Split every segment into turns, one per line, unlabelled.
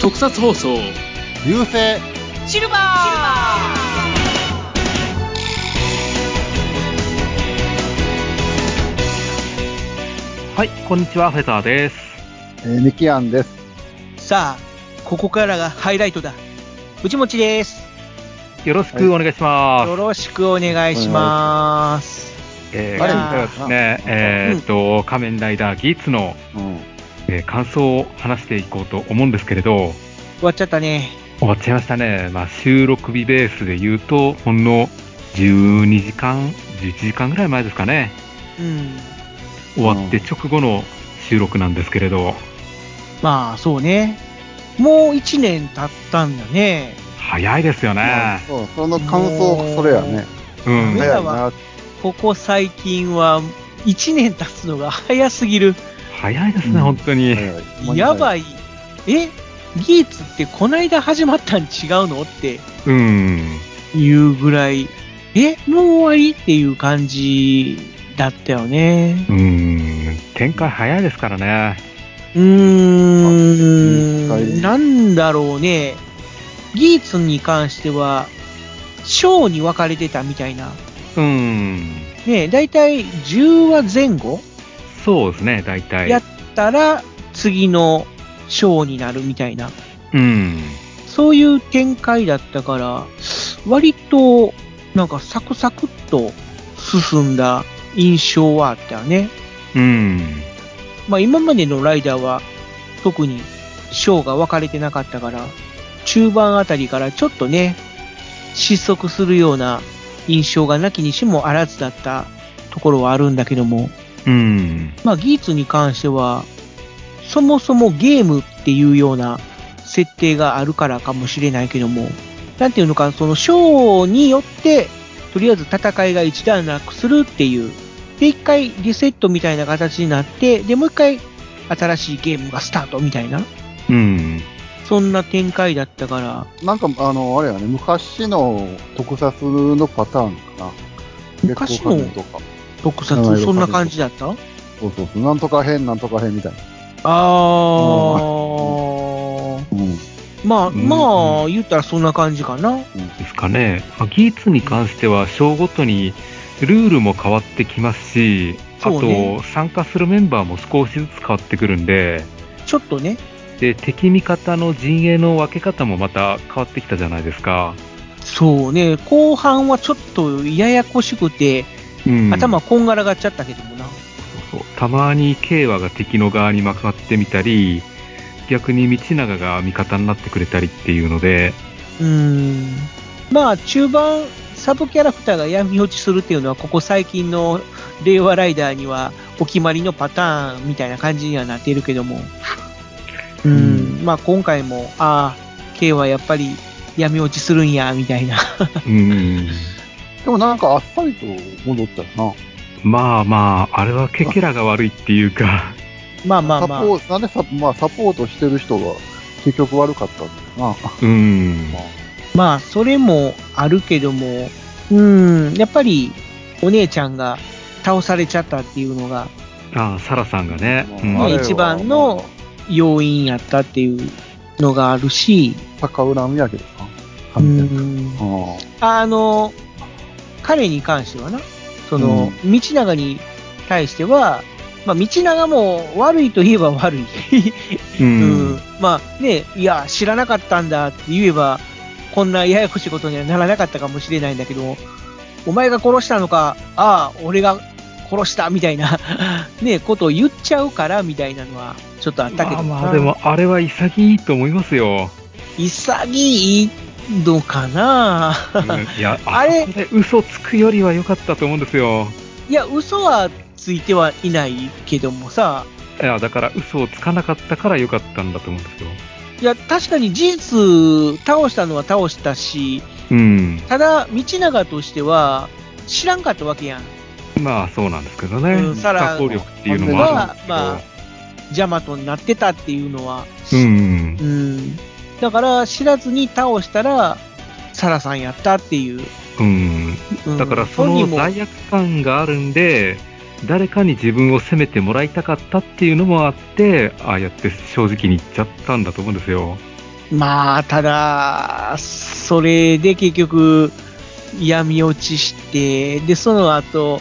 特撮放送
流星
シルバー
はい、こんにちは、フェザーです。
えーミキアンです。
さあ、ここからがハイライトだ。うちもちです。
よろしくお願いします。
よろしくお願いします。
えー、
あれ
今回はですね、えーっと、仮面ライダーギーツの、
うん。
えー感想を話していこうと思うんですけれど、
終わっちゃったね。
終わっちゃいましたね。まあ、収録日ベースで言うと、ほんの12時間、11時間ぐらい前ですかね、
うん。
終わって直後の収録なんですけれど、
まあ、そうね。もう一年経ったんだね。
早いですよ
まあ
ね。
そう、その感想、それやね。
うん。
みん
ね
な
早い
は
な。
ここ最近は、一年経つのが早すぎる。
早いです
うん
ね、本当に。
早
やば
い。
い。え技術ってこないだ始まったん違うのって
うん。
いうぐらい、えもう終わりっていう感じだったよね。
うん。展開早いですからね。
うー
あ
ん、なんだろうね。ギーツに関しては、章に分かれてたみたいな。
うん。
ねだいたい10話前後
そうですね、大体。
やったら、次の章になるみたいな。
うん。
そういう展開だったから、割と、なんかサクサクっと進んだ印象はあったよね。
うん。
まあ今までのライダーは特に章が分かれてなかったから、中盤あたりからちょっとね、失速するような印象がなきにしもあらずだったところはあるんだけども、
うん。
まあ技術に関しては、そもそもゲームっていうような設定があるからかもしれないけども、なんていうのか、その章によって、とりあえず戦いが一段落するっていう、で、一回リセットみたいな形になって、で、もう一回新しいゲームがスタートみたいな、
うん。
そんな展開だったから、
なんか、あの、あれやね、昔の特撮のパターンかな。
昔の
月光仮面とか。
特
名前が
撮、そんな感じだったあ
そうそうそう。なんとか変、なんとか変みたいな。
ー。
うん。
まあ、
ん
まあ、
う
言ったらそんな感じかな。
ですかね。まあ、技術に関しては、章ごとにルールも変わってきますし、あ
そうね
と、参加するメンバーも少しずつ変わってくるんで、
ちょっとね、
で、敵味方の陣営の分け方もまた変わってきたじゃないですか。
そうね、後半はちょっとややこしくて、
うん。
頭こんがらがっちゃったけどもな。
そうそうたまに慶和が敵の側にまかってみたり、逆に道長が味方になってくれたりっていう ので、
うーん。まあ、中盤、サブキャラクターが闇落ちするっていうのは、ここ最近の令和ライダーにはお決まりのパターンみたいな感じにはなっているけども。うーん。まあ、今回も、ああ、K はやっぱり闇落ちするんや、みたいな。
うん。
でもなんかあっさりと戻ったよ
まあまあ、あれはケケラが悪いっていうか、
まあま
な。
あ
サ
ま
ポート、なんでサ,、まあ、サポートしてる人が結局悪かったんだよ
うん
な。。
あ、まあ、それもあるけども、うーん、やっぱり、お姉ちゃんが倒されちゃったっていうのが、
ああ、サラさんがね。
まあ
あれは
一番の要因やったっていうのがあるし、
高浦宮家かな。
う
完全に
ん
ああ
あの、彼に関してはな、その、道長に対しては、まあ、道長も悪いと言えば悪い。
う。
うんまあね、いや、知らなかったんだって言えば、こんなややこしいことにはならなかったかもしれないんだけど、お前が殺したのか、ああ、俺が殺したみたいな、 ね、ことを言っちゃうからみたいなのは、ちょっとあったけど
まあ
な
まあ、でも、あれは潔いと思いますよ。
潔いのかな、
うんいや、
あれ
そこで嘘つくよりは良かったと思うんですよ。
いや、嘘はついてはいないけどもさ、
いや、だから嘘をつかなかったから良かったんだと思うんですよ。
いや、確かに事実、倒したのは倒したし、
うん。
ただ、道長としては、知らんかったわけやん。
まあ、そうなんですけどね。
うんサラ
効力っていうのもあるんですけど。
まあまジャマトになってたっていうのは。
うん
う。ん。だから、知らずに倒したら、サラさんやったっていう。
うん。
うん
だからそ
本人
の
も
罪悪感があるんで、誰かに自分を責めてもらいたかったっていうのもあって、ああやって正直に言っちゃったんだと思うんですよ。
まあ、ただ、それで結局、闇落ちして、で、その後、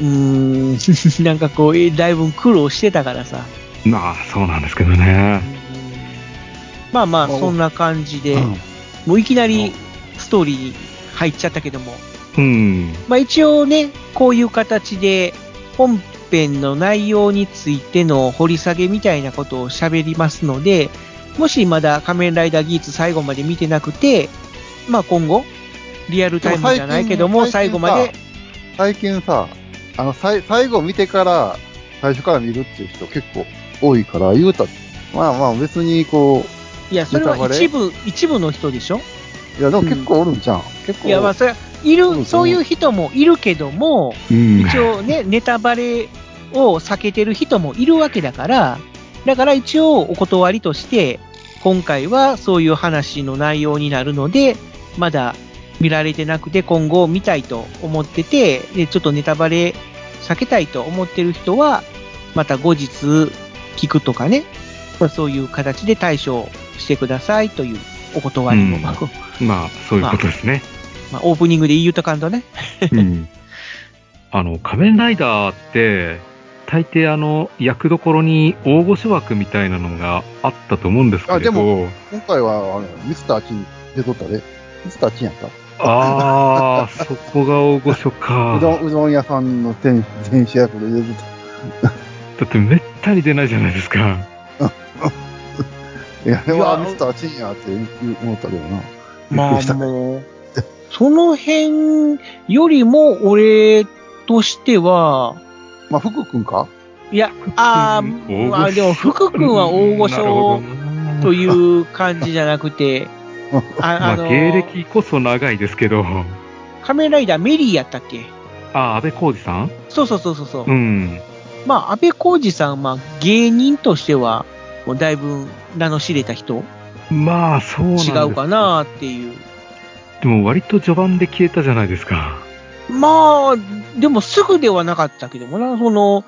うーん、なん かこう、えだいぶ苦労してたからさ。
まあ、そうなんですけどね。
まあまあ、
お
そんな感じで、
うん
もういきなりストーリーに入っちゃったけども、
うん。
まあ一応ね、こういう形で本編の内容についての掘り下げみたいなことを喋りますので、もしまだ仮面ライダーギーツ最後まで見てなくて、まあ今後、リアルタイムじゃないけども、最後まで、
最近さ、あの、さい最後見てから、最初から見るっていう人結構多いから、言うた、まあまあ別にこう、
いや、それ
ネタ
は
バレ
一部、一部の人でしょ
いやでも結構おるんじゃん。結構。
いや、まあそれは、いる、
うん
そういう人もいるけども、
うん。
一応ね、 ネタバレを避けてる人もいるわけだから、だから一応お断りとして、今回はそういう話の内容になるので、まだ見られてなくて今後見たいと思ってて、で、ちょっとネタバレ避けたいと思ってる人は、また後日聞くとかね、まあそういう形で対処してくださいというお断りも、
う ん
まあ
まあ、そういうことですね。
オープニングで言うた感だね。
うん。 あの、仮面ライダーって、大抵あの、役どころに大御所枠みたいなのがあったと思うんですけれど。
あでも今回は、あの、ミスターチン出とったで。ミスターチンやった
あー、そこが大御所か
う。どん、うどん屋さんの店店主役で出て
だってめったに出ないじゃないですか。
た。いや、で
いや
も、あミスターチンやって言う思ったけどな。びっ
ま
くりした
あもう、その辺よりも俺としては、
まあ、福君か
いや、あ
大
ー、
御所
まあでも福君は大御
なる
所
ほどな
という感じじゃなく て、あ
ま
あ
あ、
の、
芸歴こそ長いですけど、
仮面ライダーメリーやったっけ
あ、安倍浩二さん
そうそうそうそうそう、
うん。
まあ、安倍浩二さん、まあ芸人としては、もうだいぶ名の知れた人
まあ、そうなんです
違うか。なっていう。
でも割と序盤で消えたじゃないですか。
まあ、でもすぐではなかったけどもな、その、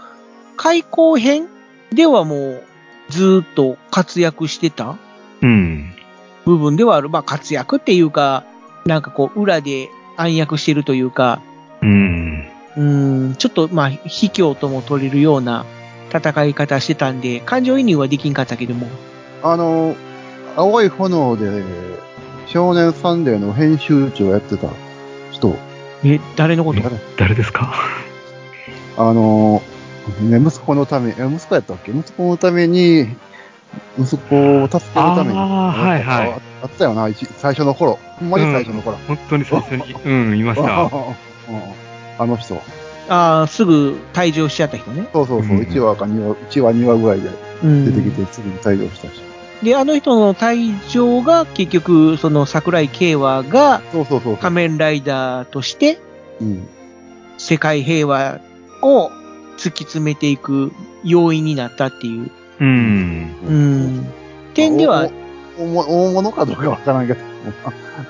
開口編ではもう、ずーっと活躍してた
うん。
部分ではある。まあ、活躍っていうか、なんかこう、裏で暗躍してるというか、
うん。
うーん、ちょっとまあ、卑怯とも取れるような戦い方してたんで、感情移入はできんかったけども。
あの、青い炎で、少年サンデーの編集長やってた人、
え、誰のこと
誰
誰ですか
あの、ね、息子のため、え息子やったっけ息子のために、息子を助けるために。
あーはいはい
あ。あったよな、一最初の頃。ほんまに最初の頃。
本当に最初に、うん、いました。
うんあの人。
ああ、すぐ退場しちゃった人ね。
そうそう
う
そ
ん
う、
うん
1話か2話、1話2話ぐらいで
うん。
出てきて、すぐに退場したし。
で、あの人の退場が結局、その桜井慶和が
そうそうそうそう。
仮面ライダーとして
うん。
世界平和を突き詰めていく要因になったっていう。
うん。
うん。点では、
お。お大物かどうかわからんけど。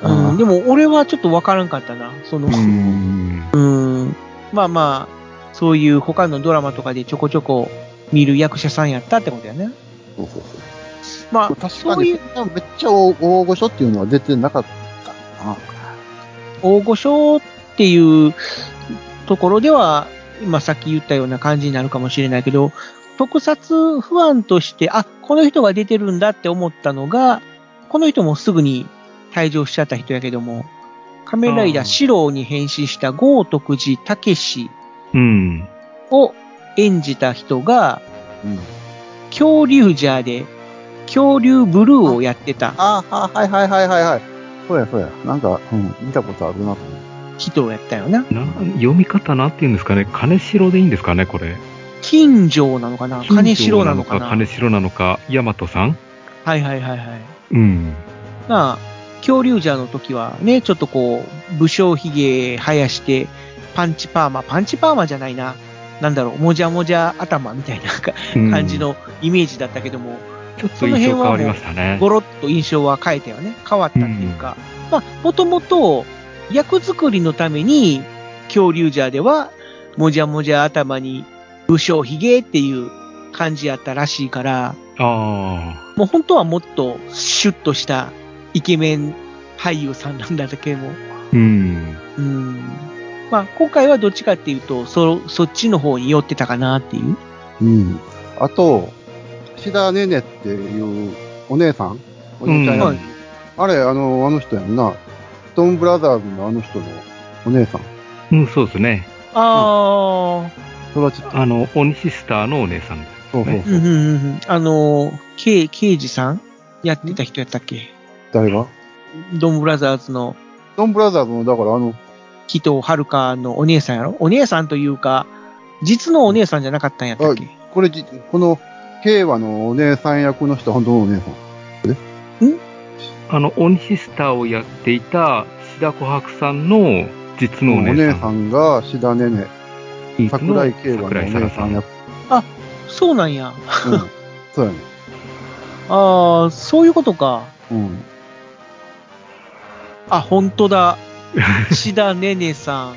う、
うん
でも俺はちょっとわからんかったな。その、
うん。
まあまあ、そういう他のドラマとかでちょこちょこ見る役者さんやったってことだよね。
そうそうそう。
まあ、
確か
そうい
に、
う
めっちゃ大大御所っていうのは出てなかったか
大御所っていうところでは、今さっき言ったような感じになるかもしれないけど、特撮不安として、あ、この人が出てるんだって思ったのが、この人もすぐに退場しちゃった人やけども、仮面ライダー
あー
四郎に変身した豪徳寺武史
うん。
を演じた人が、
な。うん。
恐竜ジャーで、恐竜ブルーをやってた
ああ、はいはいはいはいはい。そうやそうや。なんか、うん、見たことあるなと
人をやったよな。
な読み方なんて言うんですかね金城でいいんですかねこれ。
金城なのかな金城なのかな
金城なのか、大和さん
はいはいはいはい。
うん。
まあ、恐竜ジャーの時はね、ちょっとこう、武将髭生やして、パンチパーマ、パンチパーマじゃないな、なんだろう、もじゃもじゃ頭みたいなか
うん
感じ。のイメージだったけども、
ちょっと印象変わりましたね。
ゴロッと印象は変えたよね。変わったっていうか、まあ、もともと役作りのために恐竜ジャーでは、もじゃもじゃ頭に武将髭っていう感じやったらしいから、
あ
もう本当はもっとシュッとしたイケメン俳優さんなんだけども。
あ、うん。
うん。まあ、今回はどっちかっていうと、そ、そっちの方に寄ってたかなっていう。
うん。あと、シダねねっていうお姉さんお姉ちゃんや、
うん
はい。
あれ、あの、あの人やんな。ストーンブラザーズのあの人のお姉さん。
うん、そうですね。
あ
それはちょっと、
あの、鬼シスターのお姉さんです
そうそう
ね。
ー、うんうんうんうん。あのー、ケケイジさんやってた人やったっけ
誰が
ドンブラザーズの
ストーンブラザーズの、だからあの、
紀藤遥のお姉さんやろお姉さんというか、実のお姉さんじゃなかったんやったっけ、
これじ、この、平和のお姉さん役の人、本当のお姉さん。
あの、鬼シスターをやっていたシダ琥珀さんの実のお姉さん。
が、シダねね、
うん
桜井慶和のお
桜井沙
姉
羅
さ
さ
ん
ん
役。
そうなんや。
うん。そうやね。
ああ、そういうことか。
うん。
あ、本当だ。志田ねねさん。
はい。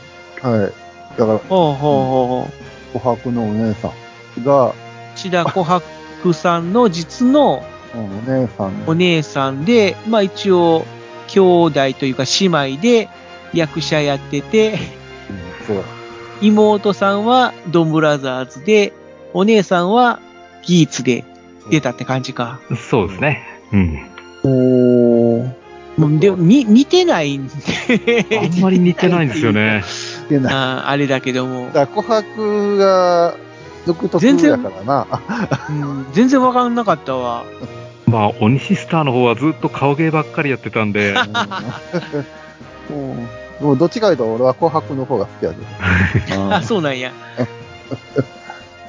だから、
ほうほうほうほう。
琥珀のお姉さんが、
志田琥珀さんの実の
うんお姉さん
お姉さんで、まあ一応、兄弟というか姉妹で役者やってて、
うんそう。
妹さんはドンブラザーズで、お姉さんはギーツで出たって感じか。
そうですね。うん。
おー。でも、に、似てないんで。
あ んまり似てないんです よね。
出ない。
あー。あれだけど も。
だから琥珀が独特
全然
だからな。あ
うん、全然わかんなかったわ。
まあ、鬼シスターの方はずっと顔芸ばっかりやってたん で、
うんもうどっちかというと俺は琥珀の方が好きやで。
あ、そうなんや。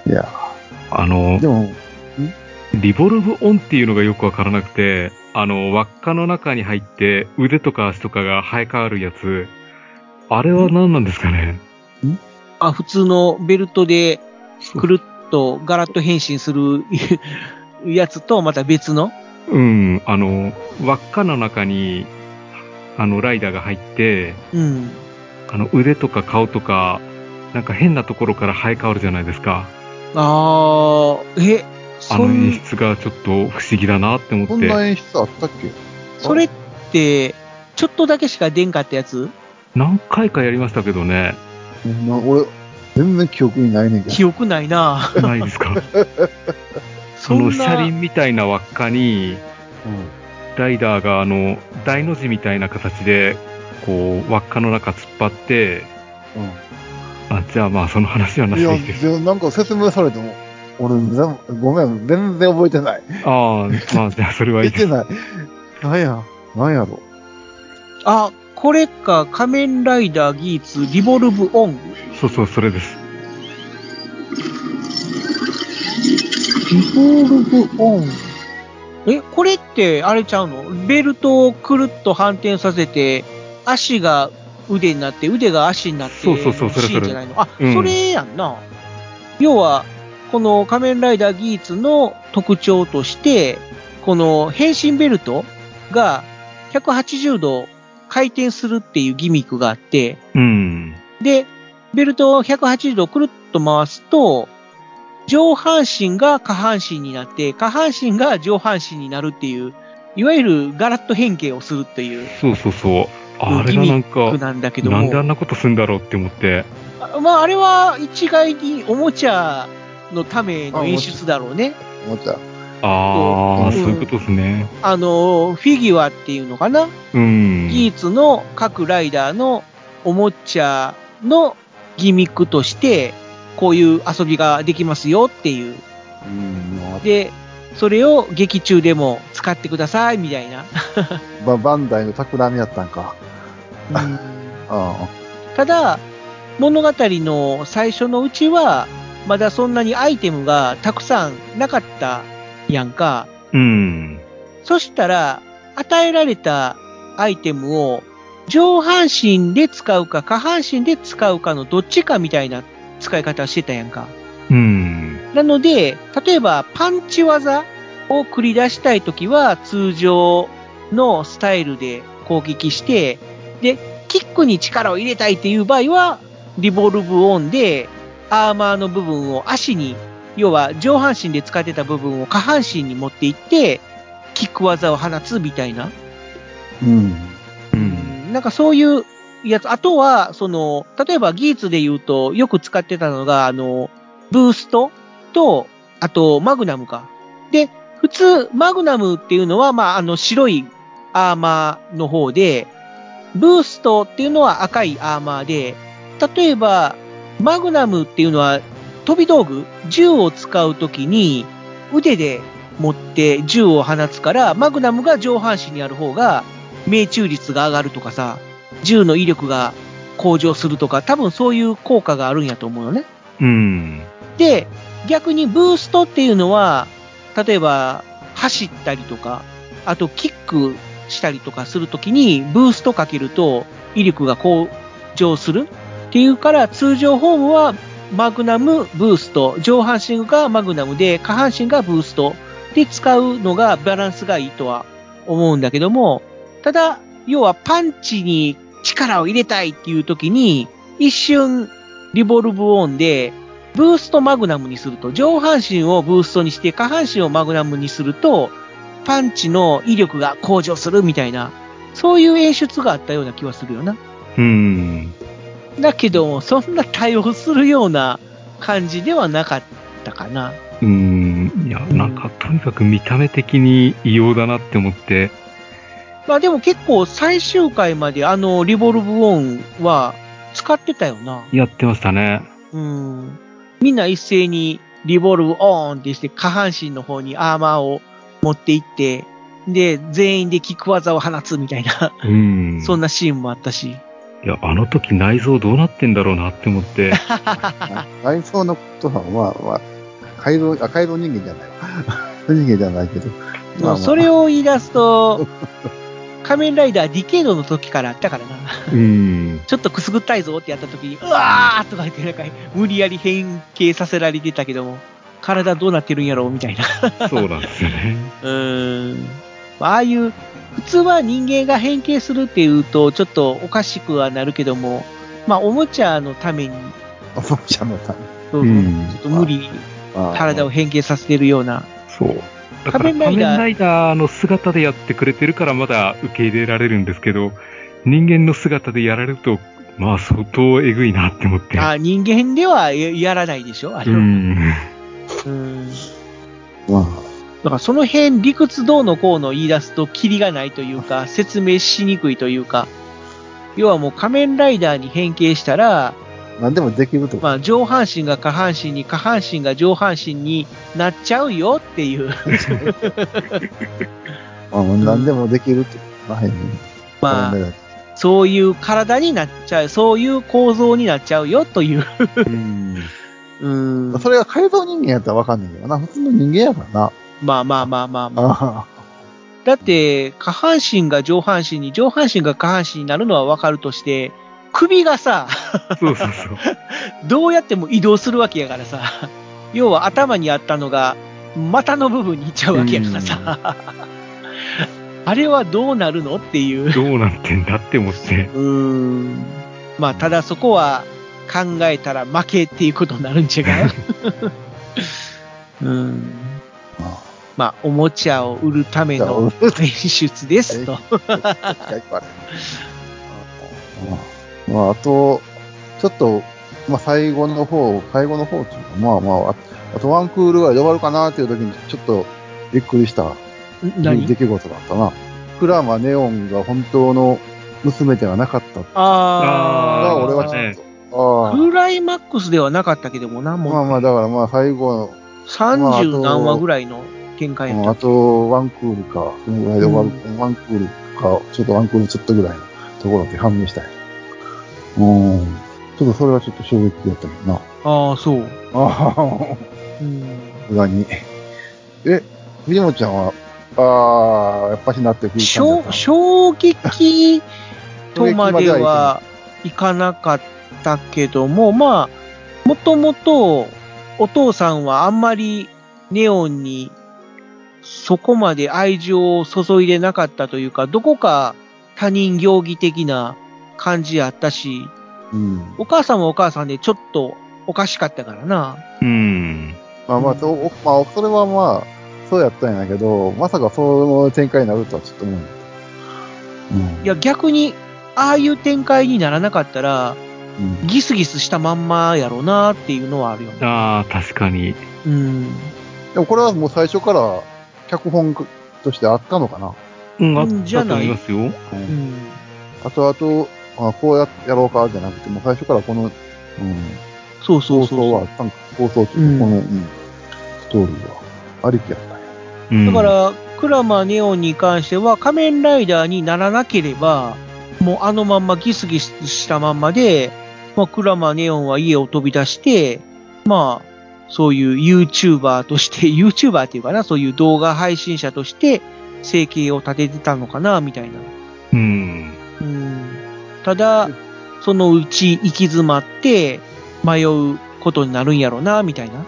いや、
あの
で、も、
リボルブオンっていうのがよくわからなくて、あの、輪っかの中に入って腕とか足とかが生え変わるやつ、あれは何なんですかね
あ、普通のベルトで、くるっとガラッと変身する やつとまた別の
うん、あの、輪っかの中に、あの、ライダーが入って、
うん。
あの、腕とか顔とか、なんか変なところから生え変わるじゃないですか。
あー、え、
あ
そ
の演
ん
出がちょっと不思議だなって思
こ
っ
んな
て。
演出あったっけ
それって、ちょっとだけしか出んかったやつ
何回かやりましたけどね。
うんな俺、全然記憶にないねんけど。
記憶ないな
ないですか。そ
そ
の
ん
車
な、
輪みたいな輪っかに、ライダーがあの、大の字みたいな形で、こう、輪っかの中突っ張って、
うんうん
あ、じゃあまあその話はないし
や、
でいいです。
でもなんか説明されても、俺全部、ごめん、全然覚えてない。
ああ、まあじゃあそれはい
見
いです
て。 ない。なんや、なんやろ。
あ、これか、仮面ライダーギーツ、リボルブオン。
そうそう、それです。
リボルブオン。え、これって、あれちゃうのベルトをくるっと反転させて、足が腕になって、腕が足になって、
そうそうそうそれ
シーンじゃないの。あ、
うん
それやんな。要は、この仮面ライダーギーツの特徴として、この変身ベルトが180度回転するっていうギミックがあって、
うん。
で、ベルトを180度くるっと回すと、上半身が下半身になって、下半身が上半身になるっていう、いわゆるガラッと変形をするっていう
そうそうそう。あれ
ギ
が
ミ
な
ッ
んか
ク、なんだけど
なん
も
であ。んなことするんだろうって思って。
あまあ、あれは一概におもちゃのための演出だろうね。
思った。うん
ああ、そういうことですね。
あの、フィギュアっていうのかな、
うん。
ギーツの各ライダーのおもちゃのギミックとして、こういう遊びができますよっていう
うん、まあ
で、それを劇中でも使ってくださいみたいな。
ババンダイの企みやったんか。
うん
あ
ただ、物語の最初のうちは、まだそんなにアイテムがたくさんなかったやんか。
うん。
そしたら、与えられたアイテムを上半身で使うか下半身で使うかのどっちかみたいな使い方をしてたやんか。
うん。
なので、例えばパンチ技を繰り出したいときは通常のスタイルで攻撃して、で、キックに力を入れたいっていう場合は、リボルブオンで、アーマーの部分を足に、要は上半身で使ってた部分を下半身に持っていって、キック技を放つみたいな。
うん。
うん。
なんかそういうやつ。あとは、その、例えば技術で言うと、よく使ってたのが、あの、ブーストと、あと、マグナムか。で、普通、マグナムっていうのは、まあ、あの、白いアーマーの方で、ブーストっていうのは赤いアーマーで、例えば、マグナムっていうのは、飛び道具、銃を使うときに、腕で持って銃を放つから、マグナムが上半身にある方が、命中率が上がるとかさ、銃の威力が向上するとか、多分そういう効果があるんやと思うのね。
うん。
で、逆にブーストっていうのは、例えば走ったりとか、あとキックしたりとかするときに、ブーストかけると威力が向上するっていうから、通常ホームはマグナム、ブースト、上半身がマグナムで、下半身がブーストで使うのがバランスがいいとは思うんだけども、ただ、要はパンチに力を入れたいっていうときに、一瞬リボルブオンで、ブーストマグナムにすると、上半身をブーストにして、下半身をマグナムにすると、パンチの威力が向上するみたいな、そういう演出があったような気はするよな。
うん。
だけど、そんな対応するような感じではなかったかな。
うん。いや、なんか、とにかく見た目的に異様だなって思って、
まあでも結構最終回まであのリボルブオンは使ってたよな。
やってましたね。
うん。みんな一斉にリボルブオンってして下半身の方にアーマーを持っていって、で、全員でキック技を放つみたいな、
うん。
そんなシーンもあったし。
いや、あの時内臓どうなってんだろうなって思って。
内装のことは、まあまあ、改造、あ、改造人間じゃないわ。人間じゃないけど。
まあ、それを言い出すと、 仮面ライダーディケードの時からあったからな。
うん。
ちょっとくすぐったいぞってやった時に、うわーとか言ってなんか無理やり変形させられてたけども、体どうなってるんやろうみたいな。
そうなんですよね。
うーん。ああいう、普通は人間が変形するっていうと、ちょっとおかしくはなるけども、まあ、おもちゃのために、
おもちゃのため
そう
う
そうんちょっと無理に
まあ
体を変形させてるような。
そう。だから
仮面ライ
仮
ダー
面ライダーの姿でやってくれてるからまだ受け入れられるんですけど、人間の姿でやられると、まあ相当えぐいなって思って。
ああ人間ではややらないでしょあれ
う
は。
ん。
うん
ま
だからその辺理屈どうのこうの言い出すとキリがないというか、説明しにくいというか、要はもう仮面ライダーに変形したら、
あ、なんでもできると。
まあ上半身が下半身に、下半身が上半身になっちゃうよっていう、
まあ、何でもできるって。まあ、変に。
ま
これ
あ
ね
そういう体になっちゃう、そういう構造になっちゃうよという、
うん。
うん、
それが改造人間やったらわかんないけどな。普通の人間やからな。
まあまあまあまあまあ。
あ
だって下半身が上半身に、上半身が下半身になるのはわかるとして、首がさ、
そうそうそう。
どうやっても移動するわけやからさ、要は頭にあったのが、股の部分に行っちゃうわけやからさ、 あれはどうなるのっていう。
どうなってんだって思って。
うん。まあ、ただそこは考えたら負けっていうことになるん違 ううん。
あ。
まあ、おもちゃを売るための演出ですと。
まあ、あと、ちょっと、まあ、最後の方、最後の方っていうか、まあまあ、あとワンクールは呼ばれるかなっていう時に、ちょっとびっくりした
何
出来事だったな。クラマネオンが本当の娘ではなかったって
あ
あ
あ、
ー
俺はちょっと、ああ
クライマックスではなかったけどもな、
まあ
もう
まあ、だからまあ、最後
30何話ぐらいの展開やった
の、あとワンクールか、そのぐらいで終わる、ワンクールか、ちょっとワンクールちょっとぐらいのところで判明したい。うん。ちょっとそれはちょっと衝撃だったけどな。
ああ、そう。
ああ、
うん。
無駄に。え、藤本ちゃんは、ああ、やっぱしなってくる
衝衝撃とまではいかなかったけども、まあ、もともとお父さんはあんまりネオンにそこまで愛情を注いでなかったというか、どこか他人行儀的な感じやったし、
うん。
お母さんもお母さんでちょっとおかしかったからな。
うん。
まあまあ、そうおまあ、それはまあ、そうやったんやけど、まさかその展開になるとはちょっと思う。うん。
いや、逆に、ああいう展開にならなかったら、
うん
ギスギスしたまんまやろうなっていうのはあるよね。
ああ、確かに。
うん。
でもこれはもう最初から脚本としてあったのかな。
うん、あっ
うんじゃ
たと
ない
思いますよ。
うん
うん。
あとあと、あこうややろうかじゃなくて、もう最初からこの、うん、構
そうそうそう
想
そ
はあ
う。
ったんか、構想ってい
うん
うか、この、うん、ストーリーはありきやったんや。
うん、
だか、ら、クラマネオンに関しては、仮面ライダーにならなければ、もうあのまんまギスギスしたまんまで、まあ、クラマネオンは家を飛び出して、まあ、そういう YouTuber として、YouTuber っていうかな、そういう動画配信者として、生計を立ててたのかな、みたいな。
うん。
うん。ただ、そのうち行き詰まって、迷うことになるんやろうな、みたいな。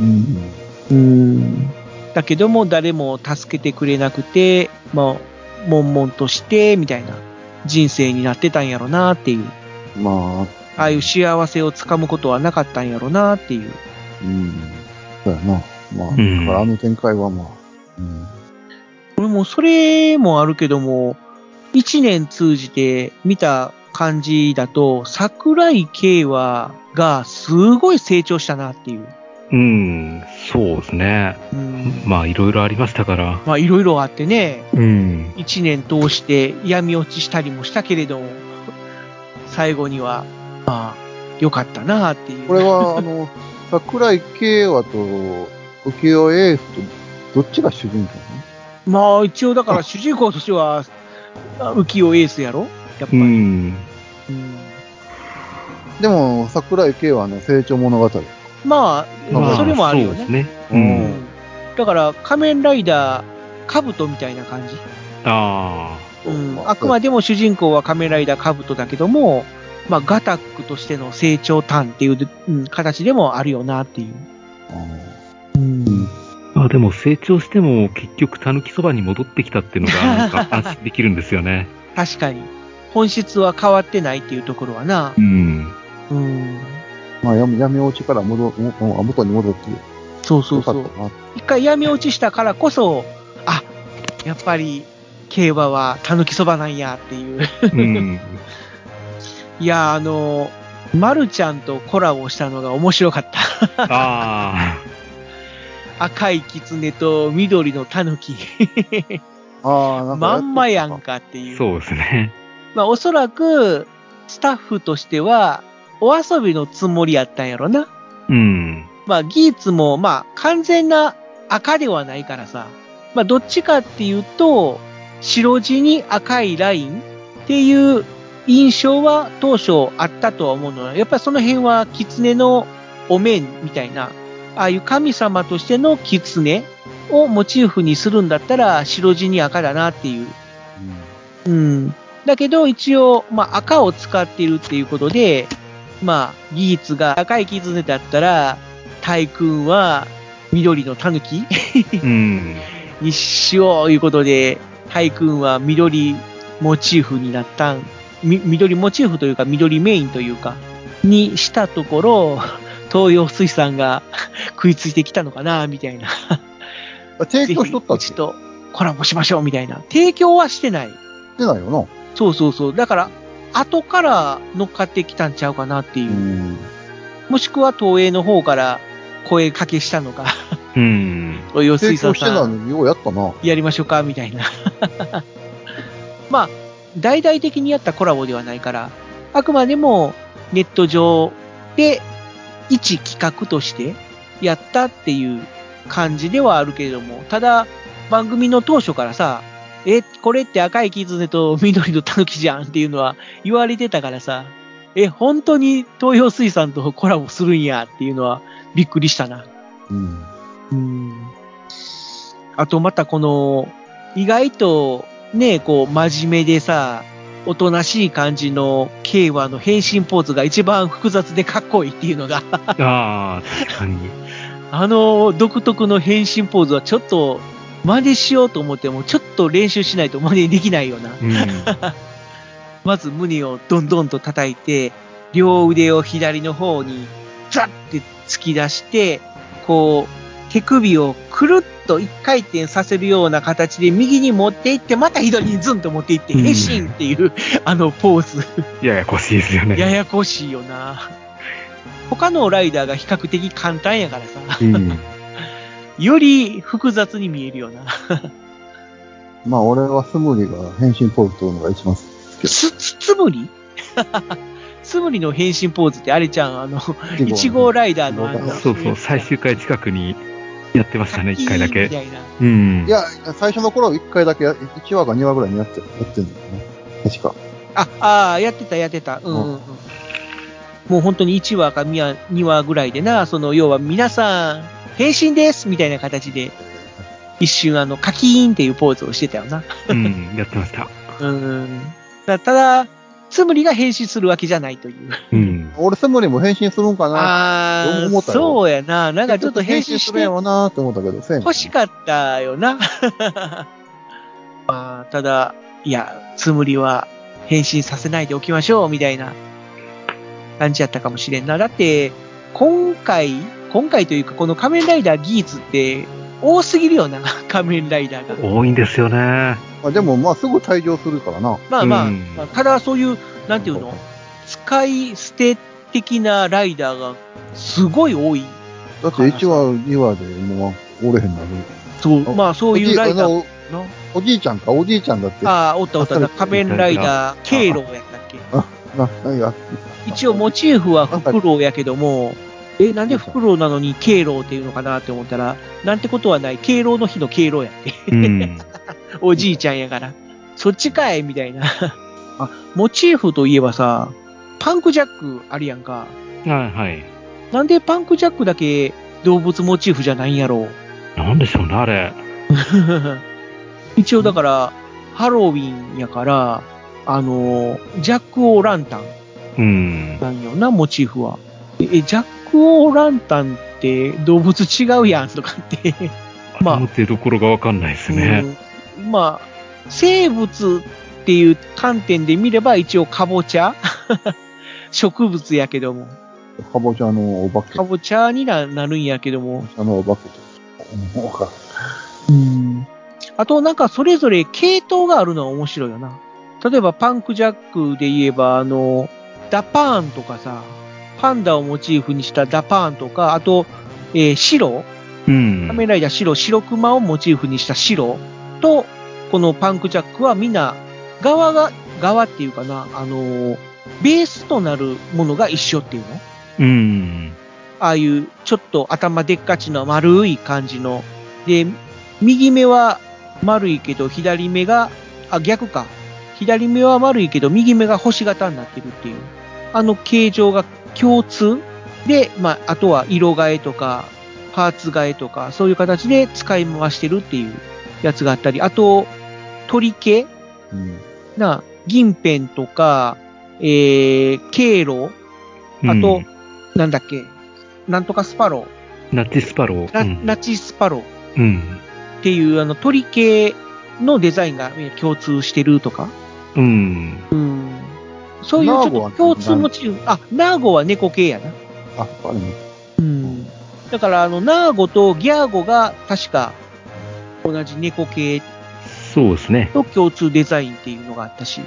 うん。
うん。だけども誰も助けてくれなくて、まあ、悶々として、みたいな人生になってたんやろなっていう。
まあ、
ああいう幸せをつかむことはなかったんやろなっていう。
うん。そうやな。まあ、
ん
だからあの展開はまあ、うん。
俺もそれもあるけども、一年通じて見た感じだと、桜井慶和がすごい成長したなっていう。
うん、そうですね。
うん。
まあ、いろいろありましたから。
まあいろいろあってね、
うん。
一年通して闇落ちしたりもしたけれども、最後には、まあ、良かったなあっていう。
これは、あ の、桜井慶和と、浮世英寿と、どっちが主人公
まあ、一応だから主人公としては、あ浮世エースやろやっぱ
う
り。うん
ん。
なのでも、桜井慶和の成長物語。
ま
ま
あ、
あ
それもあるよ
そうです
ね。
ね。う。
うんんだから、仮面ライダー、カブトみたいな感じ。
あ
うん、あくまでも主人公は仮面ライダーカブトだけども、まあ、ガタックとしての成長端っていう、うん形でもあるよなっていう。
うん。
あ。まあ、でも成長しても、結局、たぬきそばに戻ってきたっていうのが、なんか安心できるんですよね。
確かに。本質は変わってないっていうところはな
う。ん。
うん。
まあ、闇、闇落ちから戻、も元に戻って、
そうそ
よ
う
か
そ
った
う。
な。
一回闇落ちしたからこそ、あ、やっぱり、競馬は狸そばなんやっていう。
うん。
いや、あの、まるちゃんとコラボしたのが面白かった。
あ
赤い狐と緑の狸。
ああ、なんかやっと
ま
った。
んまやんかってい
あ、
う。
そうですね。
まあ、おそらく、スタッフとしては、お遊びのつもりやったんやろな。
うん。
まあ、技術も、まあ、完全な赤ではないからさ。まあ、どっちかっていうと、白地に赤いラインっていう印象は当初あったとは思うのよやっぱりその辺は狐のお面みたいな、ああいう神様としての狐をモチーフにするんだったら白地に赤だなっていううん。だけど、一応、まあ、赤を使っているっていうことで、まあ、技術が赤い絆だったら、タイ君は緑の狸
うん。
にしよういうことで、タイ君は緑モチーフになったん、み緑モチーフというか緑メインというか、にしたところ、東洋水産が 食いついてきたのかな、みたいな。
あ提供しとった
う
っけ
ち
して
とコラボしましょう、みたいな。提供はしてない。
ないよ
そうそうそう。だから、後から乗っかってきたんちゃうかなってい
な。
う。
ん。
もしくは東映の方から声かけしたの か、
うん。
東洋
提
水
供
産
してたの
さん、
に、ようやったな。
やりましょうか、みたいな。 まあ、大々的にやったコラボではないから、あくまでもネット上で一企画としてやったっていう感じではあるけれども、ただ、番組の当初からさ、え、これって赤い狐と緑の狸じゃんっていうのは言われてたからさ、え、本当に東洋水産とコラボするんやっていうのはびっくりしたな。
うん。
うん。あとまたこの、意外とね、こう真面目でさ、おとなしい感じの慶和の変身ポーズが一番複雑でかっこいいっていうのが、
ああ、確かに。
あの独特の変身ポーズはちょっと真似しようと思っても、ちょっと練習しないと真似できないような。
うん。
まず胸をどんどんと叩いて、両腕を左の方にザッて突き出して、こう、手首をくるっと一回転させるような形で右に持っていって、また左にズンと持っていって、
うん
変身っていう、あのポーズ。
ややこしいですよね。
ややこしいよな。他のライダーが比較的簡単やからさ、
うん。
より複雑に見えるよな。
まあ、俺はスムリが変身ポーズ取るのが一番好きです
つ、つ、つむり つむりの変身ポーズってあれちゃん、あの、
けど。
1号ライダーのあの、
そうそう、最終回近くにやってましたね、一回だ
み
け。
たいな。
うん。
いや、最初の頃は1回だけ、1話か2話ぐらいにやってやってんだよね。確か。
あ、ああ、やってた、やってた。うんうんうん。もう本当に1話か2話ぐらいでな、その、要は皆さん、変身ですみたいな形で、一瞬あの、カキーンっていうポーズをしてたよな。
うん、やってました。
うん。だただ、つむりが変身するわけじゃないという。
うん。
俺、スムリも変身するんかな
あ
どう
あ、
思ったよ
そうやな。なんかちょっと変身
す
し
る
て
やろうなーって思ったけど、せえへん
欲しかったよな。 まあ、ただ、いや、つむりは変身させないでおきましょう、みたいな感じやったかもしれんな。だって、今回、今回というか、この仮面ライダーギーツって、多すぎるよな、 仮面ライダーが。
多いんですよね。
まあ、でも、まあ、すぐ退場するからな。
まあまあ、
うん
まあただそういう、なんていうの、使い捨て的なライダーがすごい多い。
だって1話、2話でもう折れへんなる。
そう、まあそういうライダー
おじ
な。
おじいちゃんか、おじいちゃんだって、
ああ、おったおった、仮面ライダー、ケイロウやったっけ
な、何や、
一応モチーフはフクロウやけども、え、なんでフクロウなのに敬老っていうのかなって思ったら、なんてことはない、敬老の日の敬老や って。
うん。
おじいちゃんやから。そっちかいみたいな。あ、モチーフといえばさ、パンクジャックあるやんか。
はいはい。
なんでパンクジャックだけ動物モチーフじゃないんやろう。
なんでしょうね、あれ。
一応だから、ハロウィンやから、あの、ジャック・オー・ランタン。
うん。
なんよな、モチーフは。え、ジャック・オー・ランタンって動物違うやんとかって。まあ
持ってるところがわかんないですね。
うんまあ、生物っていう観点で見れば一応カボチャ 植物やけども。
かぼちゃのお化け、
カ
かぼ
ボチャにななるんやけども。
ちゃのお化けと。うんわかる
うん。あとなんかそれぞれ系統があるのは面白いよな。例えばパンクジャックで言えば、あの、ダパーンとかさ、パンダをモチーフにしたダパーンとか、あと、えーシロ
うん。
仮面ライダー白、白熊をモチーフにした白と、このパンクジャックはみんな、側が、側っていうかな、あのーベースとなるものが一緒っていうの
うん。
ああいう、ちょっと頭でっかちの丸い感じの。で、右目は丸いけど、左目が、あ、逆か。左目は丸いけど、右目が星型になってるっていう。あの形状が共通で、まあ、あとは色替えとか、パーツ替えとか、そういう形で使い回してるっていうやつがあったり、あと、鳥系
うん。
な、銀ペンとか、えー、ケイロ
うん
あと、なんだっけ、なんとかスパロー。
ナチスパロ
ラ
ー。うん
ラチスパロー
うん。
っていうあの鳥系のデザインがえ共通してるとか、
うん。
そういうちょ
ナ
っ
ーゴ
と
は
共通モチーフ、あ、ナーゴは猫系やな。
あ、やっぱりね。
うん。だからあの、ナーゴとギャーゴが確か同じ猫系
そうですね。
と共通デザインっていうのがあったし、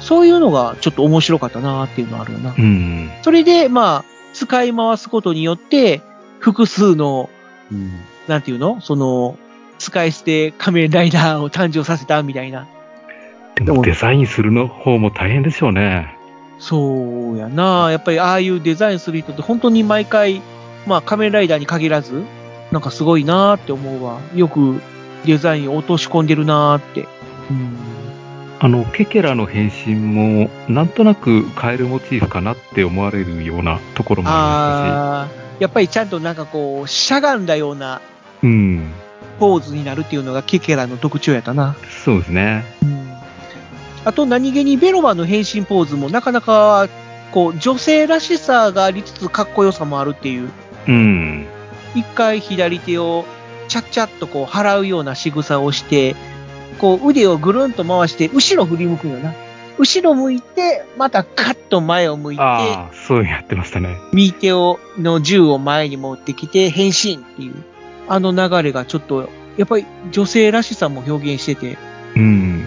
そういうのがちょっと面白かったなっていうのはあるよな
う。ん。
それで、まあ、使い回すことによって、複数の
うん。
なんていうのその、使い捨て仮面ライダーを誕生させたみたいな。
で
で
も
も
デザインするの方も大変でしょうね。
そうやなやっぱりああいうデザインする人って本当に毎回、まあ仮面ライダーに限らず、なんかすごいなって思うわ。よくデザインを落とし込んでるなって。うん。
あの、ケケラの変身も、なんとなくカエルモチーフかなって思われるようなところもあ
ああ、やっぱりちゃんとなんかこう、しゃがんだような
りますし。うん。
ポーズになるっていうのがケケラの特徴やったな。
そうですね。
うんあと何気にベロマの変身ポーズもなかなかこう女性らしさがありつつかっこよさもあるっていう。
うん。
一回左手をちゃっちゃっとこう払うような仕草をして、こう腕をぐるんと回して、後ろ振り向くんよな。後ろ向いて、またカッと前を向いて、
ああ、そうやってましたね。
右手を、の銃を前に持ってきて、変身っていう、あの流れがちょっと、やっぱり女性らしさも表現してて、
うん。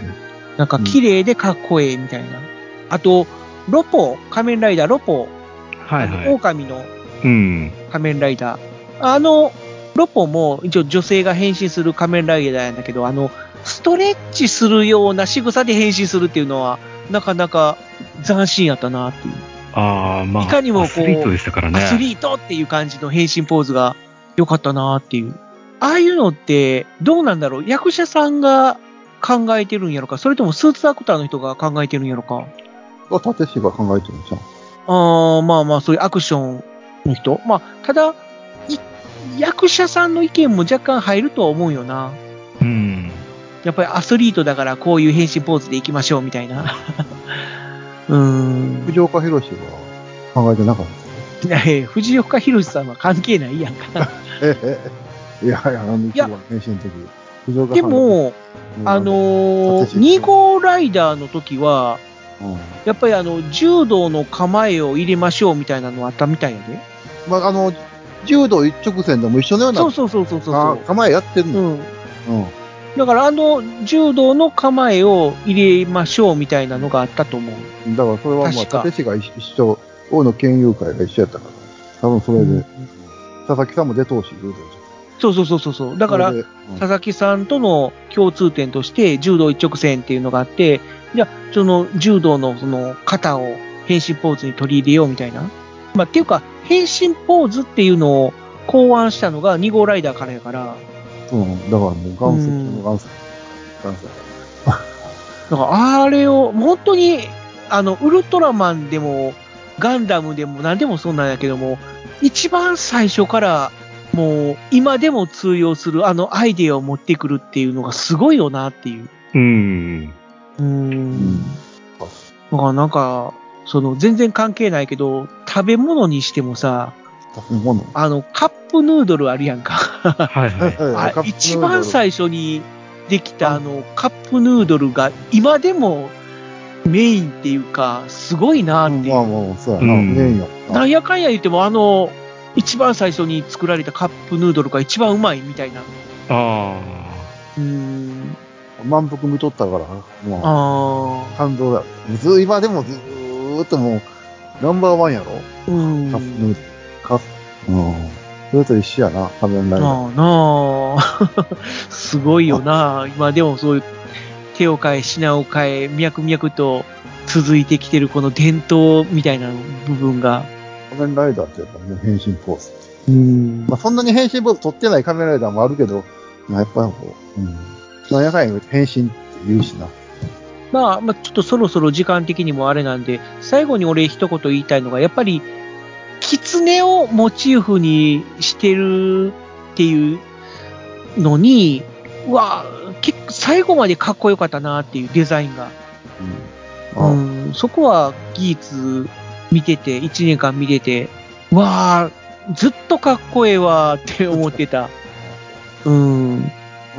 なんか綺麗でかっこええみたいな。あと、ロポ、仮面ライダーロポ、
はい
あの
は
狼の
い。うん。
仮面ライダー。あの、ロポも一応女性が変身する仮面ライダーやんだけど、あの、ストレッチするような仕草で変身するっていうのは、なかなか斬新やったなっていう。
ああ、まあ、
いかにもこう
アスリートでしたからね。
アスリートっていう感じの変身ポーズが良かったなっていう。ああいうのってどうなんだろう役者さんが考えてるんやろかそれともスーツアクターの人が考えてるんやろか
あ、立石が考えてるじゃん。
あーまあまあ、そういうアクションの人。まあ、ただ、い役者さんの意見も若干入るとは思うよな。
うん。
やっぱりアスリートだからこういう変身ポーズでいきましょうみたいな。うーん。
藤岡弘は考えてなかっ
いやえー藤岡弘さんは関係ないやんか。
た。ええ、ええ。いやいや、あの、一
や
番変身の時。藤岡弘
で
樹、
も、
うん
あ、の
立ち位置
2号ライダーの時は、
うん
やっぱりあの、柔道の構えを入れましょうみたいなのあったみたいやで。
まあ、あの、柔道一直線でも一緒のような
そうそうそうそうそ
あ構えやってる
う。
の。
う
う
ん。
ん。
だからあの、柔道の構えを入れましょうみたいなのがあったと思う。
だからそれはま
確か
あ、立石が一一緒、大野研究会が一緒やったから、多分それで、佐々木さんも出通し、言うてるじ
そうそうそうそうそう。
ゃ
だ
ん
から
そ、れで
佐々木さんとの共通点として、柔道一直線っていうのがあって、じゃあ、その柔道のその肩を変身ポーズに取り入れようみたいな。まあ、っていうか、変身ポーズっていうのを考案したのが2号ライダーからやから、
うん、うんだからもう元祖中の元祖。元祖
だからあれを、もう本当に、あの、ウルトラマンでも、ガンダムでも何でもそうなんやけども、一番最初から、もう今でも通用するあのアイデアを持ってくるっていうのがすごいよなっていう。
うん。
う
うんん。
だからなんか、その全然関係ないけど、食べ物にしてもさ、
食べ物。
あの、カップヌードルあるやんか。
はいはい。
カ
あ
ップヌードル
一番最初にできたあの、カップヌードルが今でもメインっていうか、すごいな
う
っ
ん
てい
まあ
う。
まあ、そうやな。
うん
メインやな
なんやかんや言ってもあの、一番最初に作られたカップヌードルが一番うまいみたいな。
あ
うーん。
満腹見とったから、まあ、
あ
感動だよ。ず今でもずーっともう、ナンバーワンやろ
あ。うん。
カップヌードル。カップ。うん。それと一緒やな、仮面ライダー。
なあなあ。 すごいよな。今でもそういう手を変え、品を変え、脈々と続いてきてるこの伝統みたいな部分が。
仮面ライダーってやっぱね、変身ポーズ。
うん
まあ、そんなに変身ポーズ取ってない仮面ライダーもあるけど、まあ、やっぱりこう、うん。なんやかんや言うて変身って言うしな。
まあ、まあ、ちょっとそろそろ時間的にもあれなんで、最後に俺一言言いたいのが、やっぱり、狐をモチーフにしてるっていうのに、うわあ、結構最後までかっこよかったなっていうデザインが。
うん。あ
うん、そこは技術見てて、1年間見てて、わあ、ずっとかっこええわーって思っ てた。うん。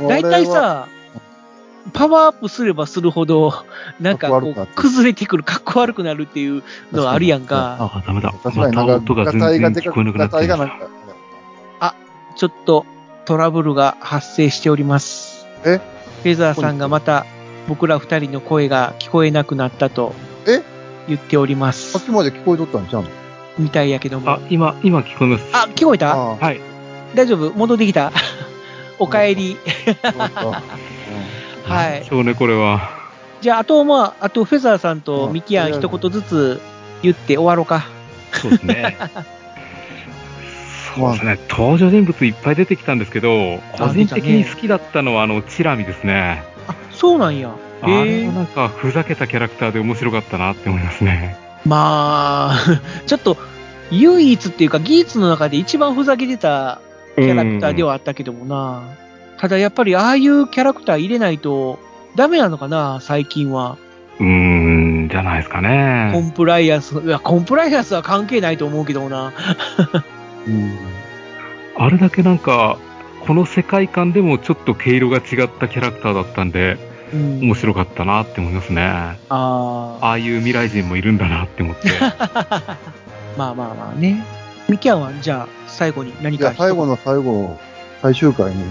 だいたい、さ、パワーアップすればするほど、なんかこ
かっこ悪くな
う
って、
崩れてくる、かっこ悪くなるっていうのはあるやん
あ。
か。
ああ、ダメだ。
確かにな
また
んか、
音が
ガ
全
タイ
然
がでか
聞こえな
く
くな
ガ
って
タイ
き
が
ま
なん
した。
か、
ちょっとトラブルが発生しております。
え
フェザーさんがまた僕ら二人の声が聞こえなくなったと
え
言っておりま
さっ
す。
きまで聞こえとったんちゃうの
みたいやけども。
あ
あ、、
今、今聞こえます。
聞こえた
あ
はい。
大丈夫戻ってき たおかえり。
あ、そうか。
はい。
そうね、これは。
じゃあ、あと、まあ、あと、フェザーさんと
うん
ミキアン
とりあえず
一言ずつ言って終わろうか。
そうです ね。そうですね。登場人物いっぱい出てきたんですけど、個人的に好きだったのは、あの、チラミですね。
あ、そうなんや。
あ
へ
れ
え
は。なんか、ふざけたキャラクターで面白かったなって思いますね。
まあ、 ちょっと、唯一っていうか、技術の中で一番ふざけてたキャラクターではあったけどもな。ただ、やっぱり、ああいうキャラクター入れないと、ダメなのかな、最近は。
うん。うーん、じゃないですか
コ
ね。
ンプライアンス、いや、コンプライアンスは関係ないと思うけどもな。
うん。
あれだけなんか、この世界観でもちょっと毛色が違ったキャラクターだったんで、
うん
面白かったなって思いますね。
ああ。
ああいう未来人もいるんだなって 思って。
まあまあまあね。ミキアンは、じゃあ、最後に何
いや、
か。
最後の最後、最終回に、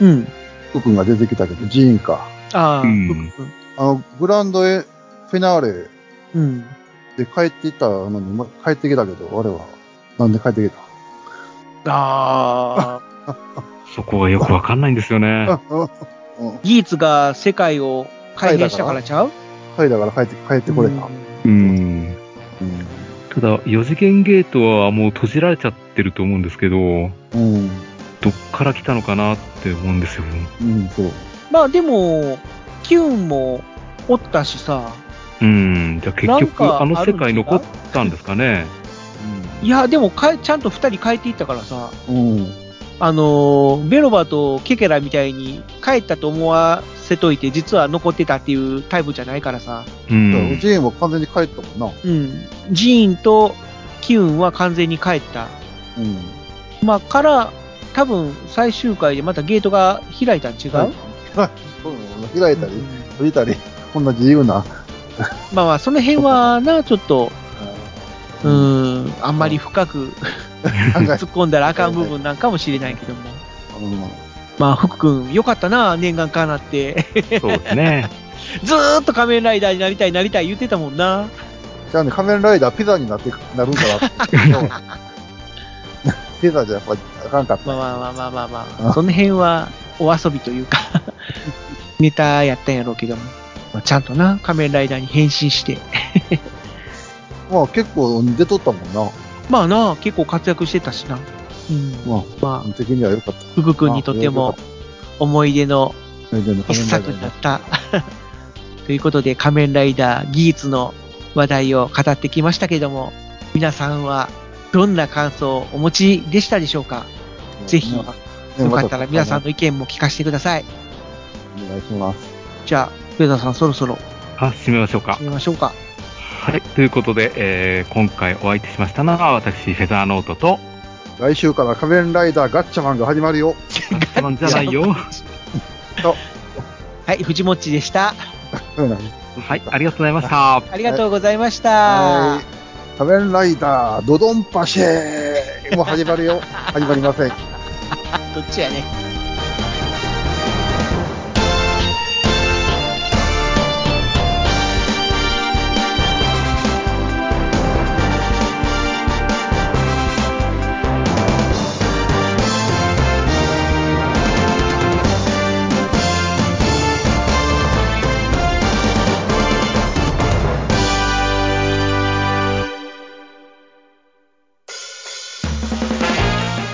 うん。
福君が出てきたけど、ジーンか。
ああ、
う
うんん。
あの、グランドへ、フィナーレ
うん。
で帰っていったのに、ま帰ってきたけど、我は。なんで帰ってきた
ああ。
そこがよくわかんないんですよね。
うん うん。
ギーツが世界を改変したからちゃう
はい、だから帰って、帰ってこれた。
う
うん
ん。ただ、4次元ゲートはもう閉じられちゃってると思うんですけど、
うん。うん。
どっから来たのかなって思うんですよ。
うん、そう。
まあでも、キュンもおったしさ、
うん。じゃあ結
なん
局、
か
あの世界
あるん違う
残ったんですかね。
いや、でもかえちゃんと2人帰っていったからさ、
うん。うん。
あのーベロバとケケラみたいに帰ったと思わせといて、実は残ってたっていうタイプじゃないからさ、
う。
うんジーンは完全に帰ったもんな。
うん、ジーンとキュンは完全に帰った。
うん。
まあ、から、多分最終回でまたゲートが開いたん違う、
はいそう開いた
う
り、
ん
閉じたり、こんな自由な。
まあまあ、その辺はな、ちょっと、う
うん。
ん、あんまり深く
考え
突っ込んだらあかん部分なんかもしれないけども。
うん
まあ、福君、よかったな、念願かなって。
そうですね。
ずーっと仮面ライダーになりたい、なりたい言ってたもんな。
じゃあね、仮面ライダーピザになって、なるんかなって 思うピザじゃやっぱあかんかった。
まあまあまあまあまあま
あ
あ、その辺はお遊びというか、 ネタやったんやろうけども、まあ、ちゃんとな、仮面ライダーに変身して。
まあ結構出とったもんな。
まあな、結構活躍してたしな。うん。
ま
ま
あ、
あ、
的には良かった。
福君にとっても思い出の
全然
一
仮面ライダー
作に
にな
なっ
って
た。 ということで、仮面ライダー技術の話題を語ってきましたけども、皆さんはどんな感想をお持ちでしたでしょうかぜひ、よ
ね
かったら皆さん
ま
の意見も聞かせてください。
たお願いします。
じゃあ、上田さんそろそろ
あ、締めましょうか
始。めましょうか。
はい。ということで、えー今回お相手しましたのは、私、フェザーノート と、
来週から仮面ライダーガッチャマンが始まるよ。
ガッチャマンじゃないよ。
はい、藤もっちでした。
はい。ありがとうございました。
ありがとうございました。
はい。仮面ライダードドンパシェーもう始まるよ。始まりません。
どっちやね。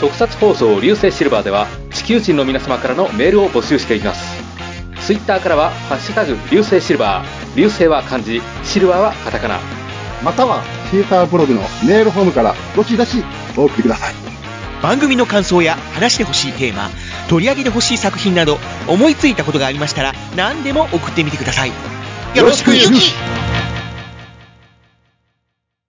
特撮放送流星シルバーでは地球人の皆様からのメールを募集していますツイッターからは「ハッシュタグ流星シルバー」流星は漢字シルバーはカタカナ
または、シーサーブログのメールフォームから、どしどしお送りください。
番組の感想や話してほしいテーマ取り上げてほしい作品など思いついたことがありましたら何でも送ってみてくださいよろしくゆき